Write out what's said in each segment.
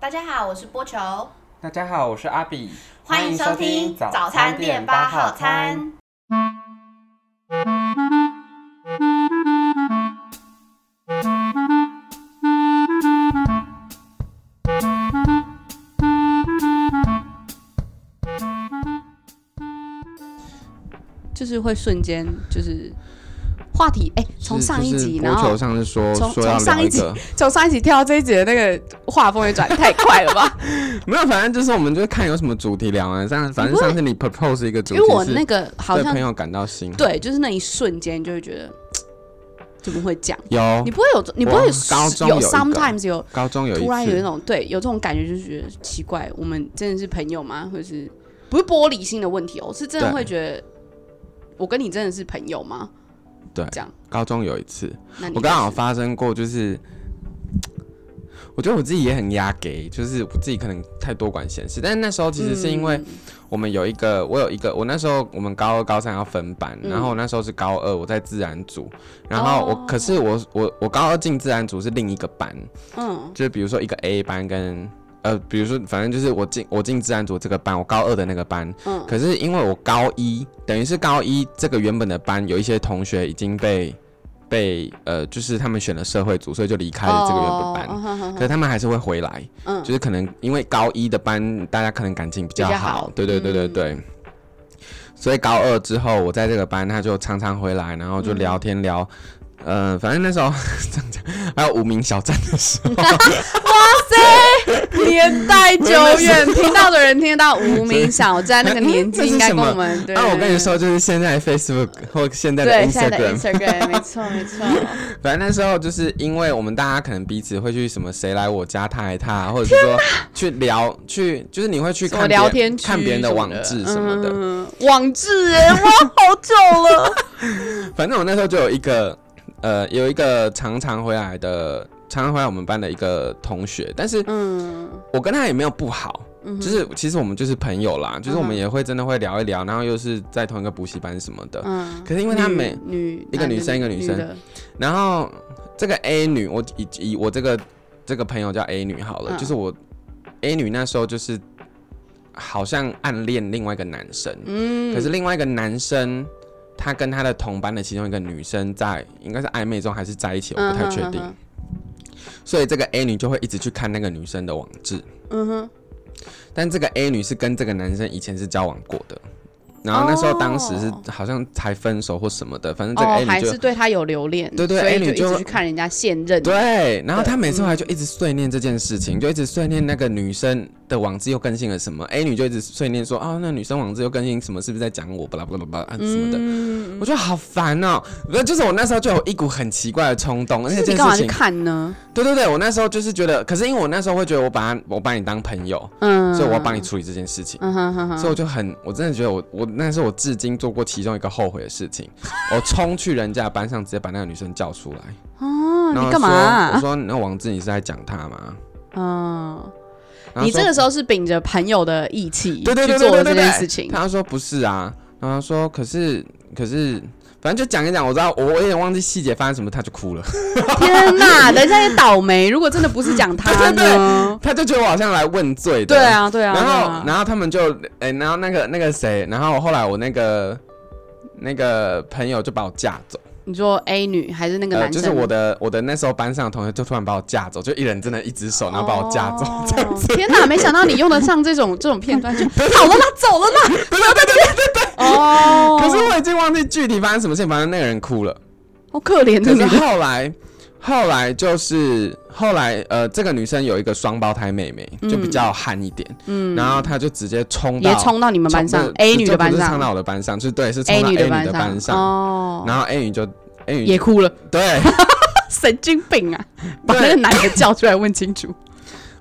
大家好，我是波球，大家好，我是阿比，欢迎收听早餐店八号。餐。就是会瞬间就是话题哎，从、上一就是集，然国球后上次说从说要从上聊一一集个，从上一集跳到这一集的那个画风也转太快了吧？没有，反正就是我们就是看有什么主题聊啊。上反正上次你 propose 一 个主因题，为我那个好对像朋友感到心对，就是那一瞬间就会觉得怎么会这样？有你不会有，你不会哦我有高中有一个 sometimes 有高中有一突然有一次，种对有这种感觉，就是觉得奇怪，我们真的是朋友吗？或者是不是玻璃心的问题哦？是真的对会觉得我跟你真的是朋友吗？对这样，高中有一次，那你我刚好就是发生过，就是我觉得我自己也很压给，就是我自己可能太多管闲事。但是那时候其实是因为嗯我们有一个，我有一个，我那时候我们高二、高三要分班，嗯然后我那时候是高二，我在自然组，然后我、哦可是我我我高二进自然组是另一个班，嗯就是比如说一个 A 班跟。呃，比如说，反正就是我进我进自然组这个班，我高二的那个班，嗯，可是因为我高一，等于是高一这个原本的班有一些同学已经被被呃，就是他们选了社会组，所以就离开了这个原本班。哦嗯哼可是他们还是会回来，嗯就是可能因为高一的班大家可能感情比较好，比较好嗯对对对对对。所以高二之后，我在这个班，他就常常回来，然后就聊天聊，嗯呃，反正那时候 啊这样讲，还有无名小站的时候， 年代久远，听到的人听得到无名小站那个年纪，那是应该什跟么啊我们对。那我跟你说，就是现在 Facebook 或现在的对，对 Instagram，现在的 Instagram，没错 没错。反正那时候就是因为我们大家可能彼此会去什么谁来我家踏一踏，或者是说去聊去，就是你会去什么看别聊人天区看别人的网志什么的。嗯网志哎，哇，好久 了。反正我那时候就有一个呃有一个常常回来的常常回来我们班的一个同学，但是嗯，我跟他也没有不好，嗯哼就是其实我们就是朋友啦，就是我嗯们哼也会真的会聊一聊，然后又是在同一个补习班什么的。嗯，可是因为他每女一个女生一个女生，然后这个 A 女，我以以我这个这个朋友叫 A 女好了，嗯就是我 A 女那时候就是好像暗恋另外一个男生，嗯，可是另外一个男生他跟他的同班的其中一个女生在应该是暧昧中还是在一起，我嗯不太确定，所以这个 A 女就会一直去看那个女生的网志，嗯哼，但这个 A 女是跟这个男生以前是交往过的。然后那时候当时是哦好像才分手或什么的，反正这个 A 哦，女还就是对他有留恋，对对所 A 以女就一直就去看人家现任，对，啊然后对他每次回来就一直碎念这件事情，就一直碎念那个女生的网志又更新了什么，A 女就一直碎念说啊，那女生网志又更新什么，是不是在讲我？巴拉巴拉巴拉啊什么的，嗯，我觉得好烦哦、不是，就是我那时候就有一股很奇怪的冲动，而且是这件你干嘛事情，去看呢？对对对，我那时候就是觉得，可是因为我那时候会觉得我把她我把你当朋友，嗯，所以我要帮你，处理这件事情。嗯哼哼哼，所以我就很，我真的觉得我我那是我至今做过其中一个后悔的事情，嗯我冲去人家班上直接把那个女生叫出来，哦，然后你干嘛说我啊？说那王志你是在讲他吗？嗯，然后你说这个时候是秉着朋友的义气对对去对做对的对这对件对事情。他说不是啊，然后他说可是可是，反正就讲一讲，我知道我我有点忘记细节发生什么，他就哭了， 天哪，人家也倒霉，如果真的不是 讲他呢？他就觉得我好像来问罪的。对。啊，对啊。然对后啊，然后他们就，哎、然后那个那个谁，然后后来我那个那个朋友就把我架走，你说 A 女还是那个呃，男就生？是我的我的那时候班上的同学就突然把我架走，就一人真的一只手，然后把我架走。哦 天哪，没想到你用得上这种这种片段，就好了啦，走了啦。对对对对对。哦， 可是我已经忘记具体发生什么事情，反正那个人哭了。好可怜可的女是的，后来，后来就是后来，呃，这个女生有一个双胞胎妹妹，就比较悍一点，嗯，然后她就直接冲到嗯也冲到你们班上冲不是，A 女的班就不是冲上到我的班上，是对，是冲，A 到 A 女女的班班上，哦，然后 A 女就 A 女也哭了， 对，神经病啊！把那个男的叫出来问清楚。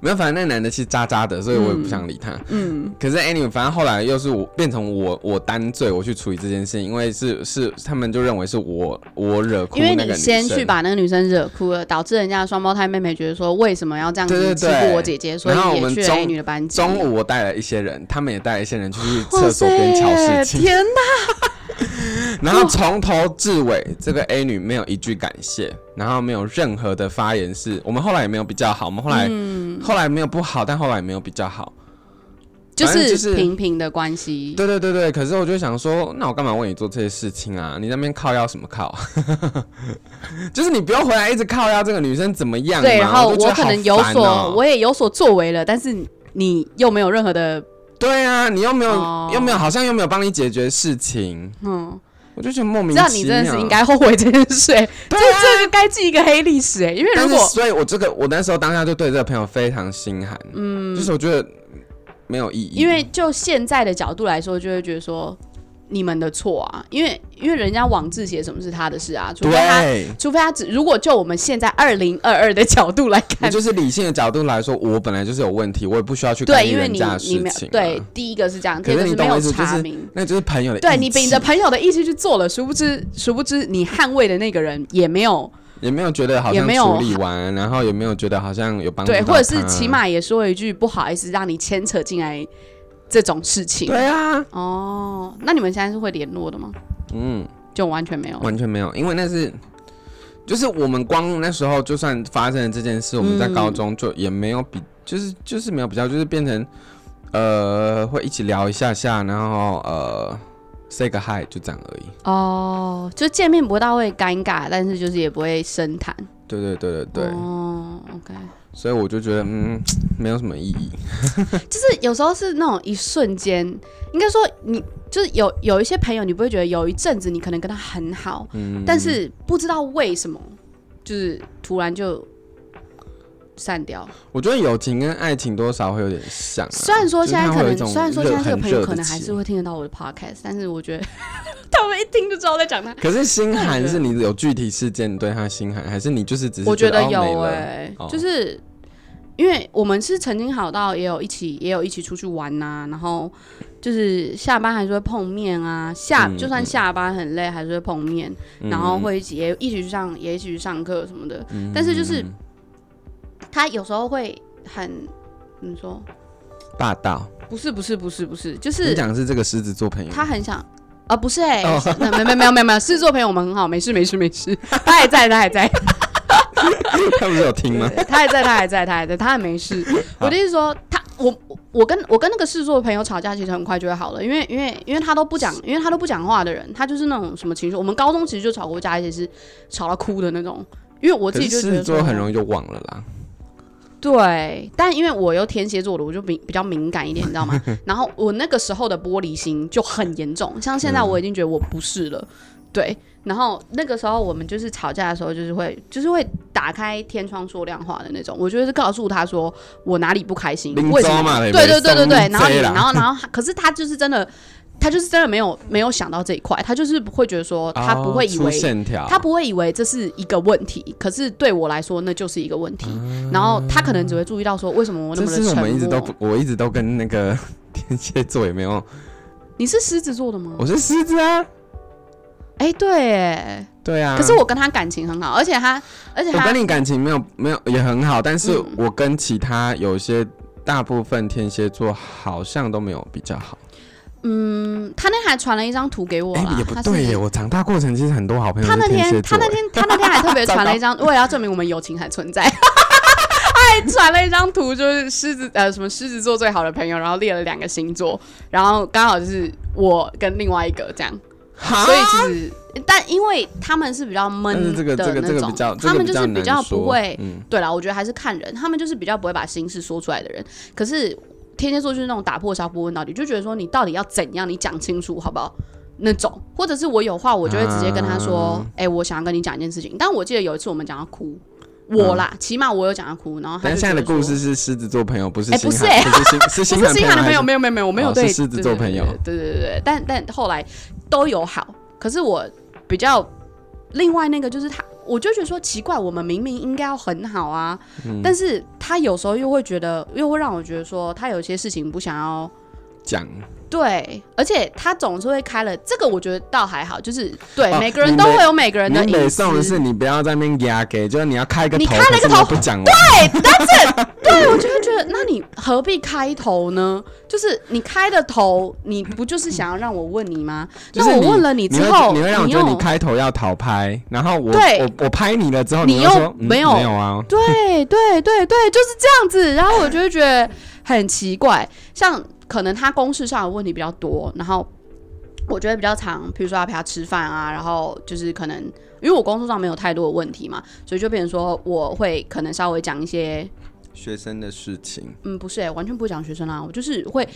没有，反正那男的是渣渣的，所以我也不想理他。 嗯，可是 anyway，反正后来又是我变成我我担罪，我去处理这件事情，因为是是他们就认为是我我惹哭因为那你个女先去生把那个女生惹哭了，导致人家的双胞胎妹妹觉得说，为什么要这样对子对欺对负我姐姐，所以然后我也们去中 A 女的班级。中午我带了一些人，他们也带了一些人去厕所边瞧事情。天哪！然后从头至尾，这个 A 女没有一句感谢，然后没有任何的发言是，我们后来也没有比较好，我们后来、嗯后来没有不好，但后来也没有比较好。就反正就是是平平的关系。对对对对，可是我就想说，那我干嘛为你做这些事情啊？你那边靠腰什么靠？ 就是你不用回来一直靠腰这个女生怎么样嘛？对，然后我就觉我得可好能有烦所，哦我也有所作为了，但是你又没有任何的，对啊，你又没有、哦又没有，好像又没有帮你解决事情，嗯，我就觉得莫名这其妙。样你真的是应该后悔这件事、欸，这这个该记一个黑历史哎、欸，因为啊但如是，果所以我这个我那时候当下就对这个朋友非常心寒，嗯，就是我觉得没有意义，因为就现在的角度来说，就会觉得说你们的错啊，因为因为人家网志写什么是他的事啊，除非他。对，除非他只如果就我们现在二零二二的角度来你看，就是理性的角度来说，我本来就是有问题，我也不需要去干 对，预因为人你家的你事没有情、啊，对，第一个是这样，可第二是个你没懂我有意思就查是明，那就是朋友的意气，对你秉着朋友的意思去做了，殊不知殊不知你捍卫的那个人也没有也没有觉得好也像没有处理完，然后也没有觉得好像有帮助对，到或者是他起码也说一句不好意思，让你牵扯进来这种事情。对啊，哦，那你们现在是会联络的吗？嗯，就完全没有。完全没有，因为那是。就是我们光那时候，就算发生了这件事，我们在高中就也没有比，就是就是没有比较，就是变成，呃，会一起聊一下下，然后呃，say 个 hi 就这样而已。哦，就见面不到会尴尬，但是就是也不会深谈。对对对对对，哦，OK，所以我就觉得嗯，没有什么意义。就是有时候是那种一瞬间，应该说你就是有有一些朋友，你不会觉得有一阵子你可能跟他很好，嗯，但是不知道为什么，就是突然就散掉。我觉得友情跟爱情多少会有点像、啊，虽然说就是现在它可会有一能，种虽然说热现在这个很朋友热可的能还情是会听得到我的 podcast，但是我觉得 他们一听就知道在讲他。可是心寒是你有具体事件你对他心寒，还是你就是只是我觉得哦没有了哎、哦就是因为我们是曾经好到也有一起也有一起出去玩呐、然后就是下班还是会碰面啊，下、嗯就算下班很累还是会碰面，然后会一起也一起去上也一起去上课什么的。嗯但是就是他有时候会很怎么说？霸道。不是不是不是不是，就你是讲的是这个狮子座朋友，他很想。啊，不是哎、哦是那没没没有没有没有，狮子座朋友我们很好，没事没事没事，他还在他还在， 他不是有听吗？他还在他还在他还在，他还没事。我的意思说，他我我跟我跟那个狮子座的朋友吵架，其实很快就会好了，因为因为因为他都不讲，因为他都不讲话的人，他就是那种什么情绪。我们高中其实就吵过架，而且是吵到哭的那种。因为我自可己是就狮觉子得座说很容易就忘了啦。对，但因为我又天蝎座的，我就比比较敏感一点，你知道 吗？然后我那个时候的玻璃心就很严重，像现在我已经觉得我不是了，嗯对。然后那个时候我们就是吵架的时候，就是会就是会打开天窗说亮话的那种，我就是告诉他说我哪里不开心，林为什州嘛么？也对没对对对送对，然后这你啦然后然后他可是他就是真的。他就是真的没有没有想到这一块，他就是会觉得说，他不会以哦出为线条，他不会以为这是一个问题，可是对我来说那就是一个问题。然后他可能只会注意到说，为什么我这那么的是沉我默？们一直都不，我一直都跟那个 天蝎座也没有，你是狮子座的吗我？是狮子啊，哎、对耶，对啊。可是我跟他感情很好，而且他，而且我他跟，你感情没有没有也很好，但是嗯我跟其他有些大部分天蝎座好像都没有比较好。嗯，他那天还传了一张图给我哎、啦。也不他是对耶，我长大过程其实很多好朋友他是那天天蝎座。他那天他那天还特别传了一张，为了要证明我们友情还 存在，他还传了一张图，就是狮子呃什么狮子座最好的朋友，然后列了两个星座，然后刚好就是我跟另外一个这样，所以其实。但因为他们是比较闷啊但是这个的这个这那个种比，较，这他个们就是比比较较难说不会，嗯，对啦，我觉得还是看人，他们就是比较不会把心事说出来的人。可是天蝎座就是那种打破砂锅问到底，就觉得说你到底要怎样，你讲清楚好不好？那种，或者是我有话，我就会直接跟他说啊，哎、我想要跟你讲一件事情。但我记得有一次我们讲到哭，我啦，起码我有讲到哭，然后他嗯但就现在的觉得故说事是狮子座朋友，不是哎星不是汉，不是星是不星是新汉海的还朋友，是没有没有没有，我没有哦对是狮子座朋友对对对对对对，但但后来都有好，可是我比较另外那个就是他，我就觉得说奇怪，我们明明应该要很好啊，嗯但是他有时候又会觉得，又会让我觉得说他有些事情不想要。讲，对，而且他总是会开了，这个我觉得倒还好，就是对、哦每个人你都的会有每个人的你隐北私。宋的是你不要在那边压给，就是你要开个头，你开了个可是头不讲完，对，但是对我就会觉得，那你何必开头呢？就是你开的头，你不就是想要让我问你吗？就是那我问了你你之后，你会你会让我觉得你又开头要讨拍，然后我对我我拍你了之后，你你又说嗯没有没有啊，对对对对，就是这样子。然后我就会觉得很奇怪，像可能他公事上的问题比较多，然后我觉得比较常，比如说要陪他吃饭啊，然后就是可能因为我工作上没有太多的问题嘛，所以就变成说我会可能稍微讲一些，学生的事情，嗯，不是、欸，完全不讲学生啦、我就是会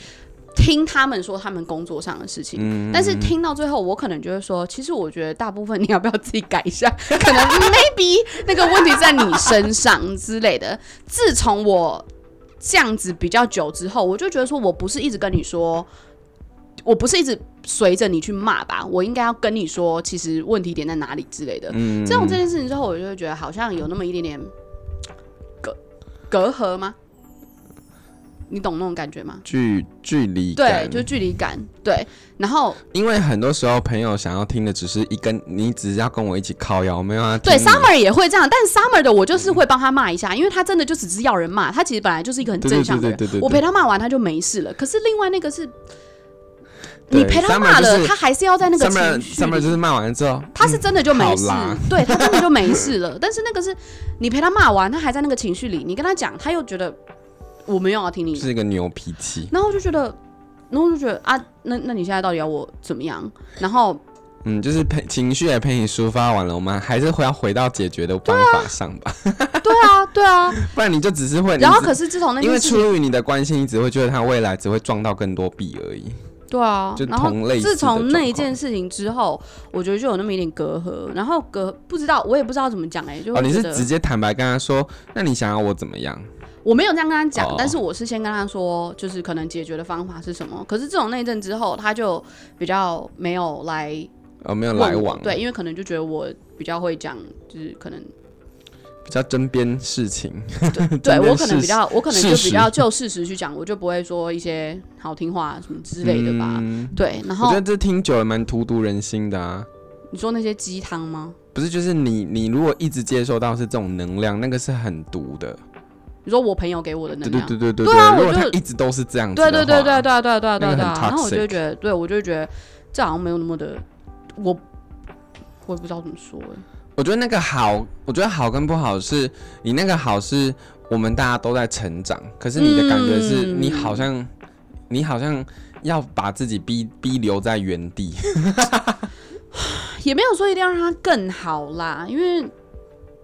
听他们说他们工作上的事情。嗯，但是听到最后，我可能就会说，其实我觉得大部分你要不要自己改一下？可能 maybe 那个问题在你身上之类的。自从我这样子比较久之后，我就觉得说我不是一直跟你说，我不是一直随着你去骂吧，我应该要跟你说，其实问题点在哪里之类的。嗯这种这件事情之后，我就会觉得好像有那么一点点隔隔阂吗？你懂那种感觉吗？距距离对，感就距离感。对，然后因为很多时候朋友想要听的只是一根，你只是要跟我一起靠腰，没有啊？对听你，Summer 也会这样，但 Summer 的我就是会帮他骂一下，因为他真的就只是要人骂，他其实本来就是一个很对正向的对人对，对对对，我陪他骂完他就没事了。可是另外那个是，对你陪他骂 Summer 就了，是他还是要在那个 summer 情绪 summer 就里。是骂完之后，他是真的就没事嗯好啦，对他真的就没 事了。但是那个是你陪他骂完，他还在那个情绪里，你跟他讲，他又觉得我没有要听你是一个牛脾气，然后我就觉得，然后我就觉得啊，那那你现在到底要我怎么样？然后嗯，就是陪情绪也陪你抒发完了，我们还是回要回到解决的方法上吧，对啊，对啊。不然你就只是会，然后你只可是自从那因件为事情，出于你的关心，你只会觉得他未来只会撞到更多壁而已。对啊就，然后同类似的自从那状况一件事情之后，我觉得就有那么一点隔阂，然后隔不知道我也不知道怎么讲哎、就哦，会你是觉得直接坦白跟他说，那你想要我怎么样？我没有这样跟他讲，哦但是我是先跟他说，就是可能解决的方法是什么。可是自从那一阵之后，他就比较没有来哦，没有问来我往，对，，因为可能就觉得我比较会讲，就是 可能比较针砭事情，对真的我可能是比较，我可能就事比实较就事实去讲，我就不会说一些好听话什么之类的吧。嗯对，然我觉后得这听久了蛮荼毒人心的啊。你说那些鸡汤吗？不是，就是你，你如果一直接受到是这种能量，那个是很毒的。你说我朋友给我的能对对量，对对对对啊如我果他就一直都是这样子的对话，对对对对对对那对个对很啊。然后我就 toxic 会觉得，对我就会觉得这好像没有那么的，我我也不知道怎么说哎、我觉得那个好，我觉得好跟不好是，你那个好是我们大家都在成长，可是你的感觉是嗯你好像，你好像要把自己逼逼留在原 地。也没有说一定要让它更好啦，因为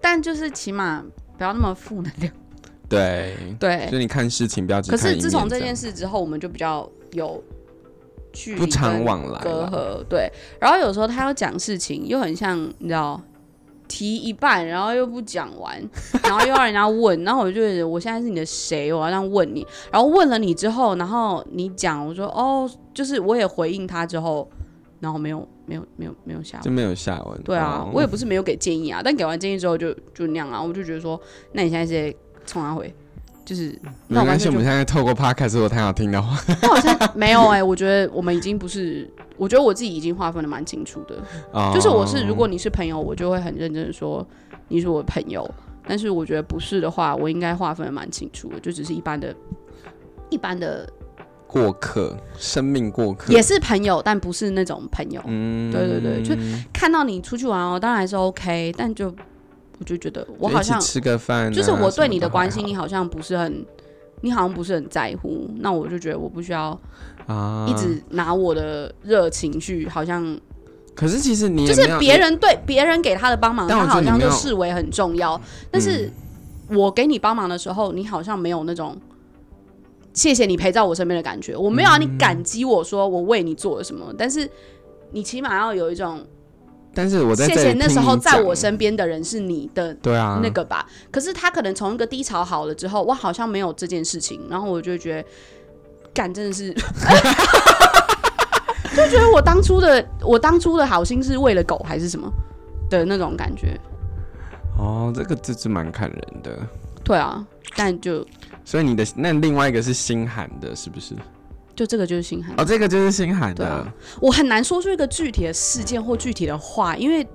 但就是起码不要那么负能量。对，对，所以你看事情不要只可看一是面自从这件样事之后，我们就比较有距离不常跟往来隔啦阂。对，然后有时候他要讲事情，又很像你知道提一半，然后又不讲完，然后又让人家问，然后我就觉得我现在是你的谁，我要这样问你，然后问了你之后，然后你讲，我说哦，就是我也回应他之后，然后没有没有没有没有下文就没有下文。对啊，哦我也不是没有给建议啊，但给完建议之后就就那样啊，我就觉得说，那你现在是在冲他回，就是那没我关干系，脆我就们现在透过 podcast 如果他想听的话，那我现在 没有哎、我觉得我们已经不是，我觉得我自己已经划分的蛮清楚的，哦就是我是如果你是朋友，我就会很认真的说你是我的朋友，但是我觉得不是的话，我应该划分的蛮清楚的，就只是一般的。一般的过客，生命过客也是朋友，但不是那种朋友。嗯对对对就看到你出去玩哦，当然还是 OK，但就我就觉得我就好一起像吃个饭啊，就是我对你的关什心，么你好像不是很，你好像不是很在乎，那我就觉得我不需要都还好啊，一直拿我的热情去，好像可是其实你也就是没有别，人对别人给他的帮忙，但我他觉得好你像没就有嗯视为很重要，但是我给你帮忙的时候，你好像没有那种。谢谢你陪在我身边的感觉，我没有让你嗯感激我说我为你做了什么，但是你起码要有一种但是我在谢这谢里那听时你候在讲我身边的人是你的对啊，那个吧。可是他可能从一个低潮好了之后，我好像没有这件事情，然后我就觉得，干真的是， 就觉得我当初的我当初的好心是为了狗还是什么的那种感觉。哦，这个这是蛮看人的。对啊，但就所以你的那另外一个是心寒的，是不是？就这个就是心寒。哦，这个就是心寒对的。啊我很难说出一个具体的事件或具体的话，因为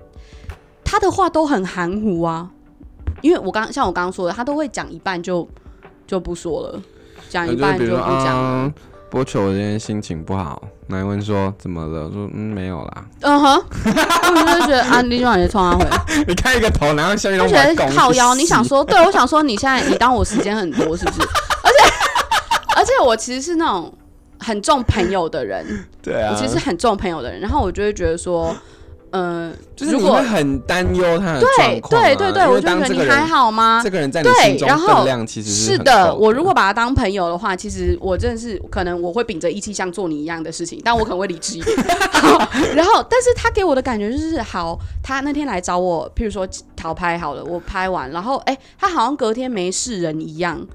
他的话都很含糊啊。因为我刚像我刚刚说的，他都会讲一半就就不说了，讲那一就是半比就如不说讲了。啊，波球我今天心情不好，奶文说怎么了？我说嗯没有啦。嗯哼，他们就会觉得啊，你就想也冲 他回，你开一个头，然后下面他都觉玩得拱靠腰。你想说，对我想说，你现在你当我时间很多是不 是？而且而且我其实是那种很重朋友的人，对啊，我其实很重朋友的人，然后我就会觉得说，嗯、就是如你果会很担忧他的状对况啊、对对对，因我为就觉当得这你个人还好吗这？个人在你心对，中然分后量其实是很的，够我如果把他当朋友的话，其实我真的是可能我会秉着意气像做你一样的事情，但我可能会理智一点。 好然后，但是他给我的感觉就是好，他那天来找我，譬如说讨拍好了，我拍完，然后哎、他好像隔天没事人一样，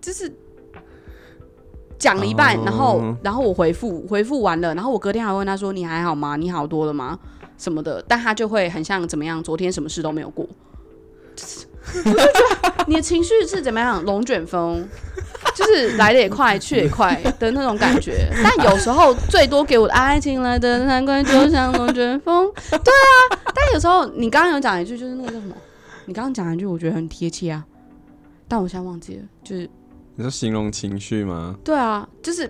就是。讲了一半，然后哦然后我回复回复完了，然后我隔天还问他说你还好吗？你好多了吗？什么的，但他就会很像怎么样，昨天什么事都没有过。就是我就 觉得你的情绪是怎么样，龙卷风，就是来的也快，去得也快的那种感觉。但有时候最多给我的爱情来的难怪就像龙卷风，对啊。但有时候你刚刚有讲一句，就是那个叫什么？你刚刚讲一句，我觉得很贴切啊，但我现在忘记了，就是你说形容情绪吗？对啊，就是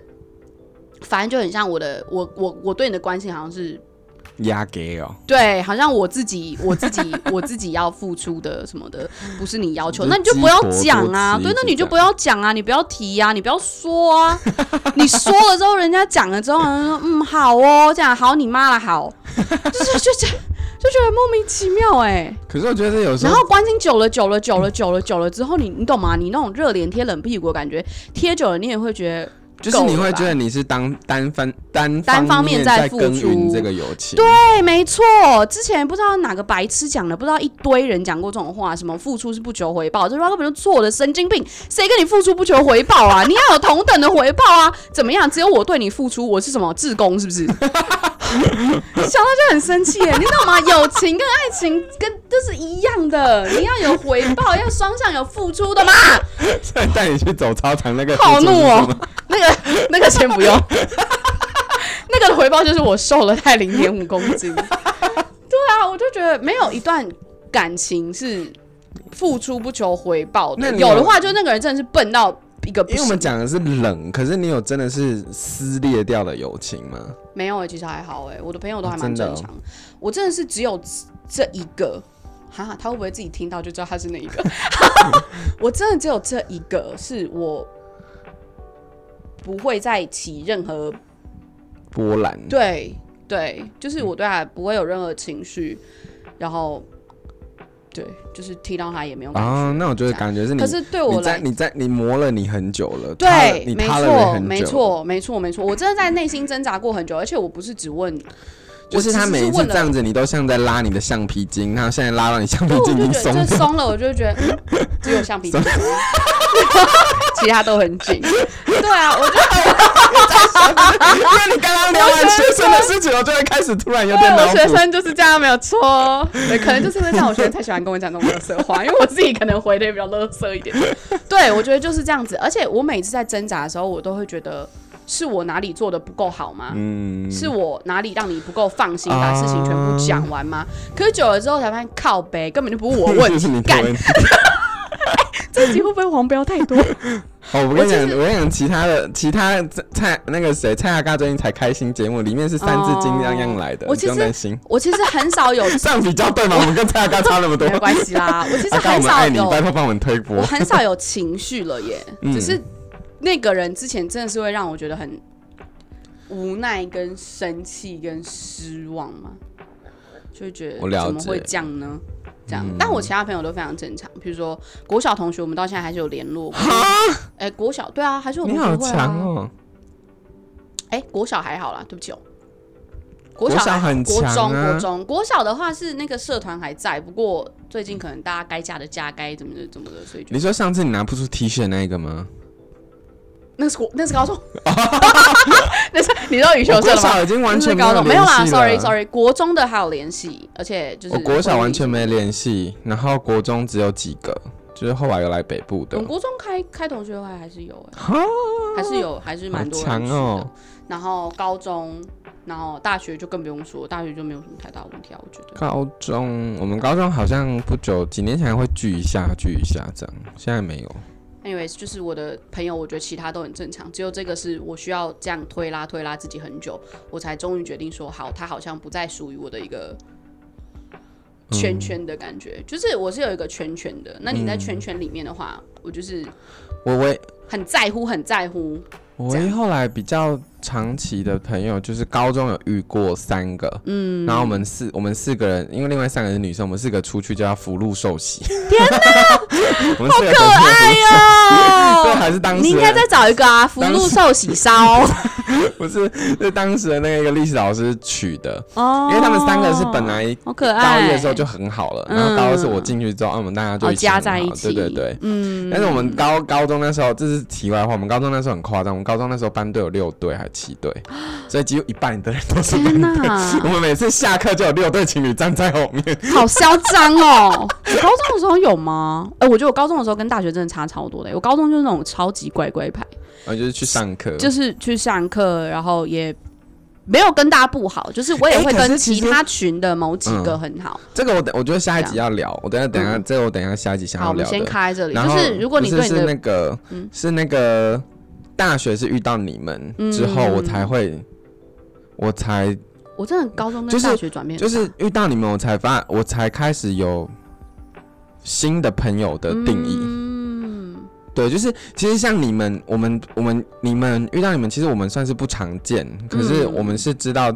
反正就很像我的，我我我对你的关心好像嗯是压给哦，对，好像我自己，我自己，我自己要付出的什么的，不是你要求，就那你就鸡不要婆多讲啊，吃一对，那只你就这不要讲啊，你不要提啊，你不要说啊，你说了之后，人家讲了之后，人家说嗯好哦，这样好，你妈 了好，就是就这样就觉得莫名其妙哎、可是我觉得有时然候后关心久了，久了，久了，久了，久了之后，你你懂吗？你那种热脸贴冷屁股的感觉，贴久了你也会觉得就是你会觉得你是当单方单单方面在在付耕耘出这个友情，对，对，没错，之前不知道哪个白痴讲的，不知道一堆人讲过这种话，什么付出是不求回报，这句话根本就错的神经病，谁跟你付出不求回报啊？你要有同等的回报啊！怎么样？只有我对你付出，我是什么志工是不是？想到就很生气耶，你懂吗？友情跟爱情跟都是一样的，你要有回报，要双向有付出的嘛。 带你去走操场那个好付出怒是哦什么那个那个先不用，那个的回报就是我瘦了大概零点五公斤。对啊，我就觉得没有一段感情是付出不求回报那的，你有有的话就那个人真的是笨到一个不因为我们行。讲的是冷，可是你有真的是撕裂掉的友情吗？没有哎、其实还好哎、我的朋友都哦还蛮真正的哦常。我真的是只有这一个。哈，他会不会自己听到就知道他是哪一个？ 我真的只有这一个，是我不会再起任何波澜，对对，就是我对他不会有任何情绪，然后对，就是踢到他也没有感觉。啊，那我觉得感觉是你可是对我你在来，你在你磨了你很久了，塌了对，你没塌了人错，很久，没，错，没错，没错，我真的在内心挣扎过很久，而且我不是只问，就我其是实他每一是次问这样了，子，你都像在拉你的橡皮筋，然后现在拉到你橡皮对，我筋已就经觉松得掉，这松了，我就觉得、嗯、只有橡皮筋， 其他都很紧。对啊，我就 因为你刚刚聊完学生的事情，我就会开始突然有对点脑我哦学补。生就是这样，没有错。对，可能就是因为这样，我学生才喜欢跟我讲这种垃圾话，因为我自己可能回的也比较垃圾一点。对，我觉得就是这样子。而且我每次在挣扎的时候，我都会觉得是我哪里做的不够好吗？嗯，啊是我哪里让你不够放心把事情全部讲完吗？可是久了之后才发现，靠背根本就不是我问 这是题你，干的问题。这集会不会黄标太多？哦，我跟你讲，我其实我跟你讲，其他的其他的蔡那个谁蔡阿嘎最近才开新节目，里面是三字经哦样样来的，我你不用其实担心。我其实很少有，这样比较对吗？我们跟蔡阿嘎差那么多没。关系啦，我其 实阿啊嘎，我很们少爱你，有拜托帮我们推播嗯我。很少有情绪 了耶，只是那个人之前真的是会让我觉得很无奈、跟生气、跟失望嘛，就会觉得我了解嗯怎么会这样呢？这样，但我其他朋友都非常正常，比如说国小同学，我们到现在还是有联络。哎、国小对啊，还是我们你好聚会啊强！哦！哎、国小还好啦，对不起哦。国国小还好很国强中啊国中国小的话是那个社团还在，不过最近可能大家该嫁的嫁，该怎么的怎么的，所以就你说上次你拿不出 T 恤那一个吗？那是国，那是高中， 那是你知道羽球我社国了吗？小已经那完是全高有中没有啦联系了，sorry sorry，国中的还有联系，而且就是我国小完全没联。联系，然后国中只有几个，就是后来有来北部我的们。国中开开同学会还是有、欸，哈，还是有，还是蛮多人好去强的。哦然后高中，然后大学就更不用说，大学就没有什么太大问题啊，我觉得。高中我们高中好像不久几年前还会聚一下聚一下这样，现在没有。哎、 anyways，就是我的朋友，我觉得其他都很正常，只有这个是我需要这样推拉推拉自己很久，我才终于决定说，好，它好像不再属于我的一个嗯圈圈的感觉。就是我是有一个圈圈的，那你在圈圈里面的话，我就是我唯很在乎，很在乎。我唯一后来比较长期的朋友，就是高中有遇过三个，嗯，然后我们四我们四个人，因为另外三个是女生，我们四个出去就要福禄寿喜。天哪， 我们四个可哎爱 对，呦，还是当时哦你应该再找一个啊，福禄寿喜烧不是是当时的那个一个历史老师取的，哦因为他们三个是本来好可高一爱的时候就很好了，哦嗯然后高二是我进去之后，啊我们大家就哦起加在很一好起，对对对。嗯但是我们高高中那时候，这是题外话。我们高中那时候很夸张，我们高中那时候班队有六队还七 队，所以几乎一半的人都是班天队。哪我，们每次下课就有六对情侣站在 后面，好嚣张哦！ 我高中的时候有吗？哎、我觉得我高中的时候跟大学真的差超多的、我高中就是那种超级乖乖牌，然后就是去上课。就是去上课，然后也。没有跟大家不好，就是我哎也会可是跟其其实他群的某几个很好。这个我等，我觉得下一集这嗯要聊。我等一下等一下，这个我等一下下一集想好，要我们聊先的。开在这里。然就后是如果你不对是你是那的个嗯是那个大学是遇到你们之后，嗯我才会我才我真的高中就跟是大学转变就很大，是遇到你们，我才发，我才开始有新的朋友的定义。嗯，对，就是其实像你们，我们我们你们遇到你们，其实我们算是不常见，可是嗯我们是知道。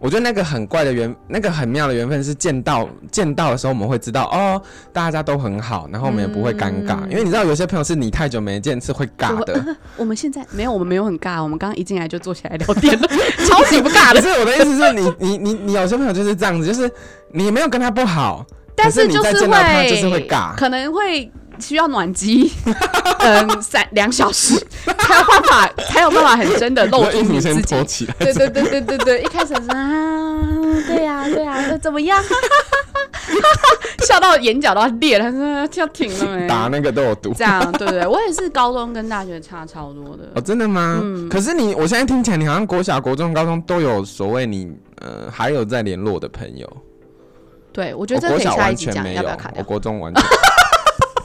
我觉得那个很怪的缘，那个很妙的缘分是见到见到的时候，我们会知道哦，大家都很好，然后我们也不会尴尬，嗯因为你知道有些朋友是你太久没见是会尬的， 我们现在没有，我们没有很尬，我们刚刚一进来就坐起来聊天了， 超级不尬可的。啊是我的意思是你你你你有些朋友就是这样子，就是你没有跟他不好，但可是你就再是见到他会，就是会尬，可能会需要暖机，嗯，三两小时才有办法，才有办法很真的露出衣服你先自己脱。起来。对对对对对对，一开始是啊，对呀、对呀、那怎么样？哈哈哈哈哈笑到眼角都要裂了，他说要停了没？打那个都有毒这样，对对对，我也是高中跟大学差超多的。哦，真的吗？嗯可是你，我现在听起来，你好像国小、国中、高中都有所谓你呃还有在联络的朋友。对，我觉我得哦这国可以小下一完集全讲，没要有不要卡，我掉？国中完全。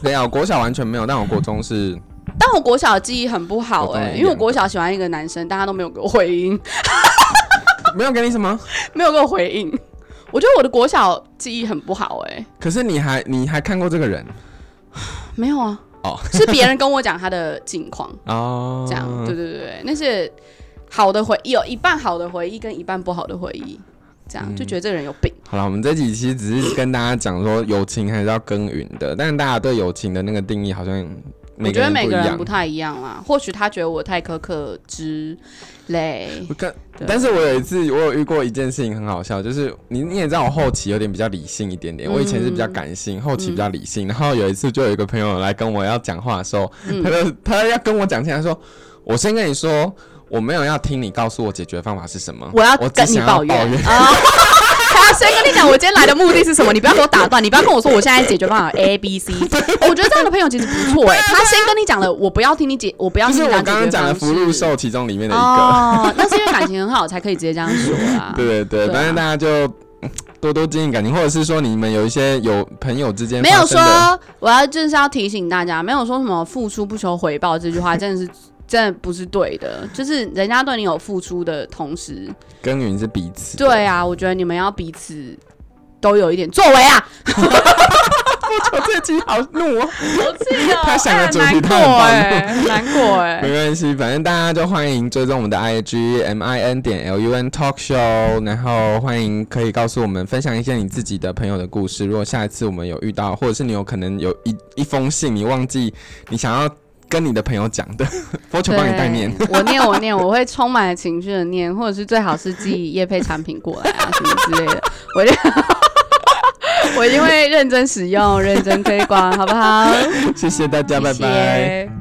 对啊，我国小完全没有，但我国中是 但我国小的记忆很不好我懂哎、你因为我两个国小喜欢一个男生，但他都没有给我回音。没有给你什么。没有给我回应。我觉得我的国小记忆很不好哎、可是你还你还看过这个人没有啊，哦， 是别人跟我讲他的近况，哦，这样，对对对对，那是好的回忆，有一半好的回忆跟一半不好的回忆，这样嗯就觉得这个人有病。好了，我们这几期只是跟大家讲说友情还是要耕耘的，但是大家对友情的那个定义好像我每觉个得人不每一个人样不。太一样啦，或许他觉得我太苛刻之类。我跟，对但是我有一次，我有遇过一件事情很好笑，就是你你也知道，我后期有点比较理性一点嗯点，我以前是比较感性，后期比较理性。然后有一次，就有一个朋友来跟我要讲话的时候，嗯他就他要跟我讲清，他说：“我先跟你说，我没有要听你告诉我解决方法是什么，我要只跟你想要抱抱怨怨。 啊！还要先跟你讲，我今天来的目的是什么？你不要给我打断，你不要跟我说我现在解决方法 A B C。我哦觉得这样的朋友其实不错哎、他先跟你讲了，我不要听你解，我不”要就是听我刚你解刚决讲的方式福禄寿其中里面的一个，。哦，那是因为感情很好才可以直接这样说 啦对对对，对啊反正大家就嗯多多经营感情，或者是说你们有一些有朋友之间 没有发生说的我要就是要提醒大家，没有说什么付出不求回报这 句话真的是真的不是对的，就是人家对你有付出的同时，耕耘是彼此的， 对啊，我觉得你们要彼此都有一点作为啊。我这集好怒哦。好气哦 他想的哎主题难他过很棒哎、难过哎、没关系，反正大家就欢迎追踪我们的 IG M I N 点 L U N Talk Show，然后欢迎可以告诉我们分享一些你自己的朋友的故事。如果下一次我们有遇到，或者是你有可能有一一封信你忘记你想要跟你的朋友讲的， 我球帮你代念。对，我念我念，我会充满情绪的念，或者是最好是寄叶配产品过来啊，什么之类的，我就 我一定会认真使用，认真推广，好不好？ 谢谢大家，拜谢拜。谢